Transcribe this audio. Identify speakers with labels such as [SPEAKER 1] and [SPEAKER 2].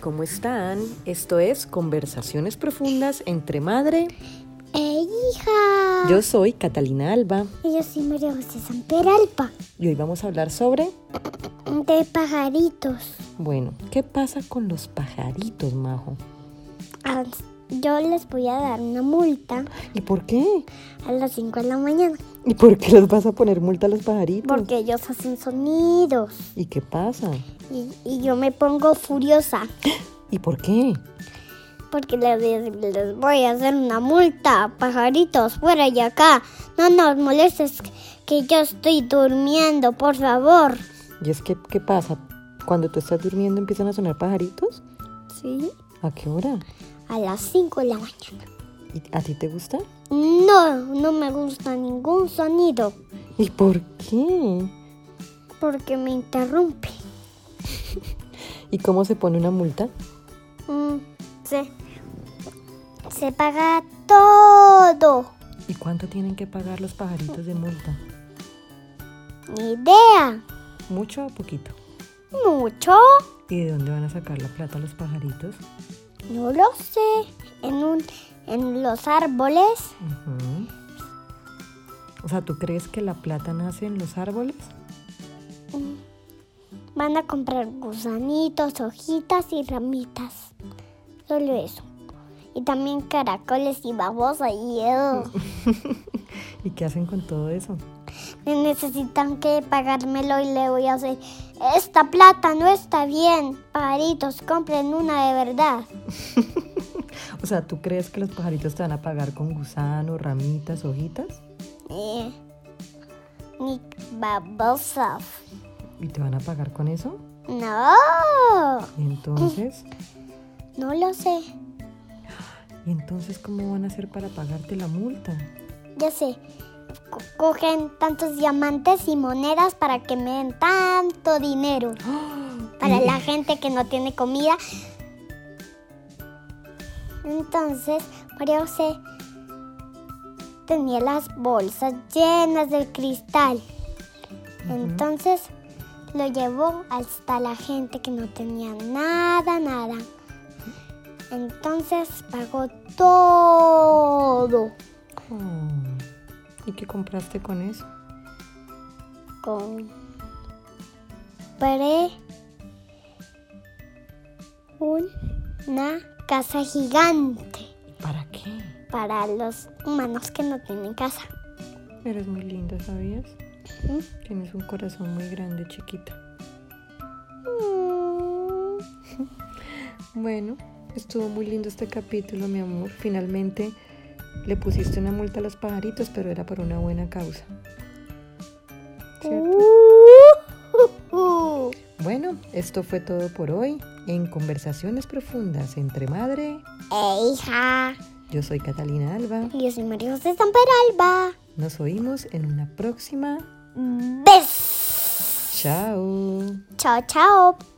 [SPEAKER 1] ¿cómo están? Esto es Conversaciones Profundas entre Madre
[SPEAKER 2] e Hija.
[SPEAKER 1] Yo soy Catalina Alba
[SPEAKER 2] Y yo soy María José San Peralpa,
[SPEAKER 1] y hoy vamos a hablar sobre,
[SPEAKER 2] de pajaritos.
[SPEAKER 1] bueno, ¿qué pasa con los pajaritos, Majo?
[SPEAKER 2] Ah, Yo les voy a dar una multa
[SPEAKER 1] ¿Y por qué?
[SPEAKER 2] a las 5 de la mañana
[SPEAKER 1] ¿Y por qué les vas a poner multa a los pajaritos?
[SPEAKER 2] porque ellos hacen sonidos
[SPEAKER 1] ¿Y qué pasa?
[SPEAKER 2] y, y yo me pongo furiosa
[SPEAKER 1] ¿Y por qué?
[SPEAKER 2] porque les, les voy a hacer una multa. Pajaritos, fuera de acá. No nos molestes que yo estoy durmiendo, por favor.
[SPEAKER 1] Y es que, ¿qué pasa? Cuando tú estás durmiendo empiezan a sonar pajaritos.
[SPEAKER 2] Sí.
[SPEAKER 1] ¿A qué hora?
[SPEAKER 2] A las 5 de la mañana.
[SPEAKER 1] ¿Y a ti te gusta?
[SPEAKER 2] No, no me gusta ningún sonido
[SPEAKER 1] ¿Y por qué?
[SPEAKER 2] porque me interrumpe.
[SPEAKER 1] ¿Y cómo se pone una multa?
[SPEAKER 2] Mm, se, se paga todo.
[SPEAKER 1] ¿Y cuánto tienen que pagar los pajaritos de multa?
[SPEAKER 2] Ni idea.
[SPEAKER 1] ¿Mucho o poquito?
[SPEAKER 2] Mucho.
[SPEAKER 1] ¿Y de dónde van a sacar la plata los pajaritos?
[SPEAKER 2] No lo sé. En, un, en los árboles.
[SPEAKER 1] Ujú. O sea, ¿tú crees que la plata nace en los árboles?
[SPEAKER 2] Van a comprar gusanitos, hojitas y ramitas. Solo eso. Y también caracoles y babosa y eso.
[SPEAKER 1] ¿Y qué hacen con todo eso?
[SPEAKER 2] Necesitan que pagármelo y le voy a hacer. Esta plata no está bien. Pajaritos, compren una de verdad.
[SPEAKER 1] O sea, ¿tú crees que los pajaritos te van a pagar con gusanos, ramitas, hojitas?
[SPEAKER 2] Eh, ni babosas.
[SPEAKER 1] ¿Y te van a pagar con eso?
[SPEAKER 2] No,
[SPEAKER 1] ¿Y entonces?
[SPEAKER 2] no lo sé.
[SPEAKER 1] ¿Y entonces cómo van a hacer para pagarte la multa?
[SPEAKER 2] Ya sé. Co- cogen tantos diamantes y monedas para que me den tanto dinero. Para la gente que no tiene comida. Entonces, María José tenía las bolsas llenas del cristal. Entonces lo llevó hasta la gente que no tenía nada, nada. Entonces pagó todo.
[SPEAKER 1] Oh, ¿Y qué compraste con eso?
[SPEAKER 2] compré una casa gigante
[SPEAKER 1] ¿Y para qué?
[SPEAKER 2] para los humanos que no tienen casa.
[SPEAKER 1] Eres muy linda, ¿sabías?
[SPEAKER 2] ¿Mm?
[SPEAKER 1] Tienes un corazón muy grande, chiquita.
[SPEAKER 2] Mm,
[SPEAKER 1] Bueno, estuvo muy lindo este capítulo, mi amor. Finalmente le pusiste una multa a los pajaritos, pero era por una buena causa. ¿Cierto?
[SPEAKER 2] uh,
[SPEAKER 1] Bueno, esto fue todo por hoy en Conversaciones Profundas entre Madre.
[SPEAKER 2] eh, hija,
[SPEAKER 1] Yo soy Catalina Alba.
[SPEAKER 2] yo soy María José San Peralba.
[SPEAKER 1] Nos oímos en una próxima.
[SPEAKER 2] Bes.
[SPEAKER 1] Chao.
[SPEAKER 2] Chao, chao.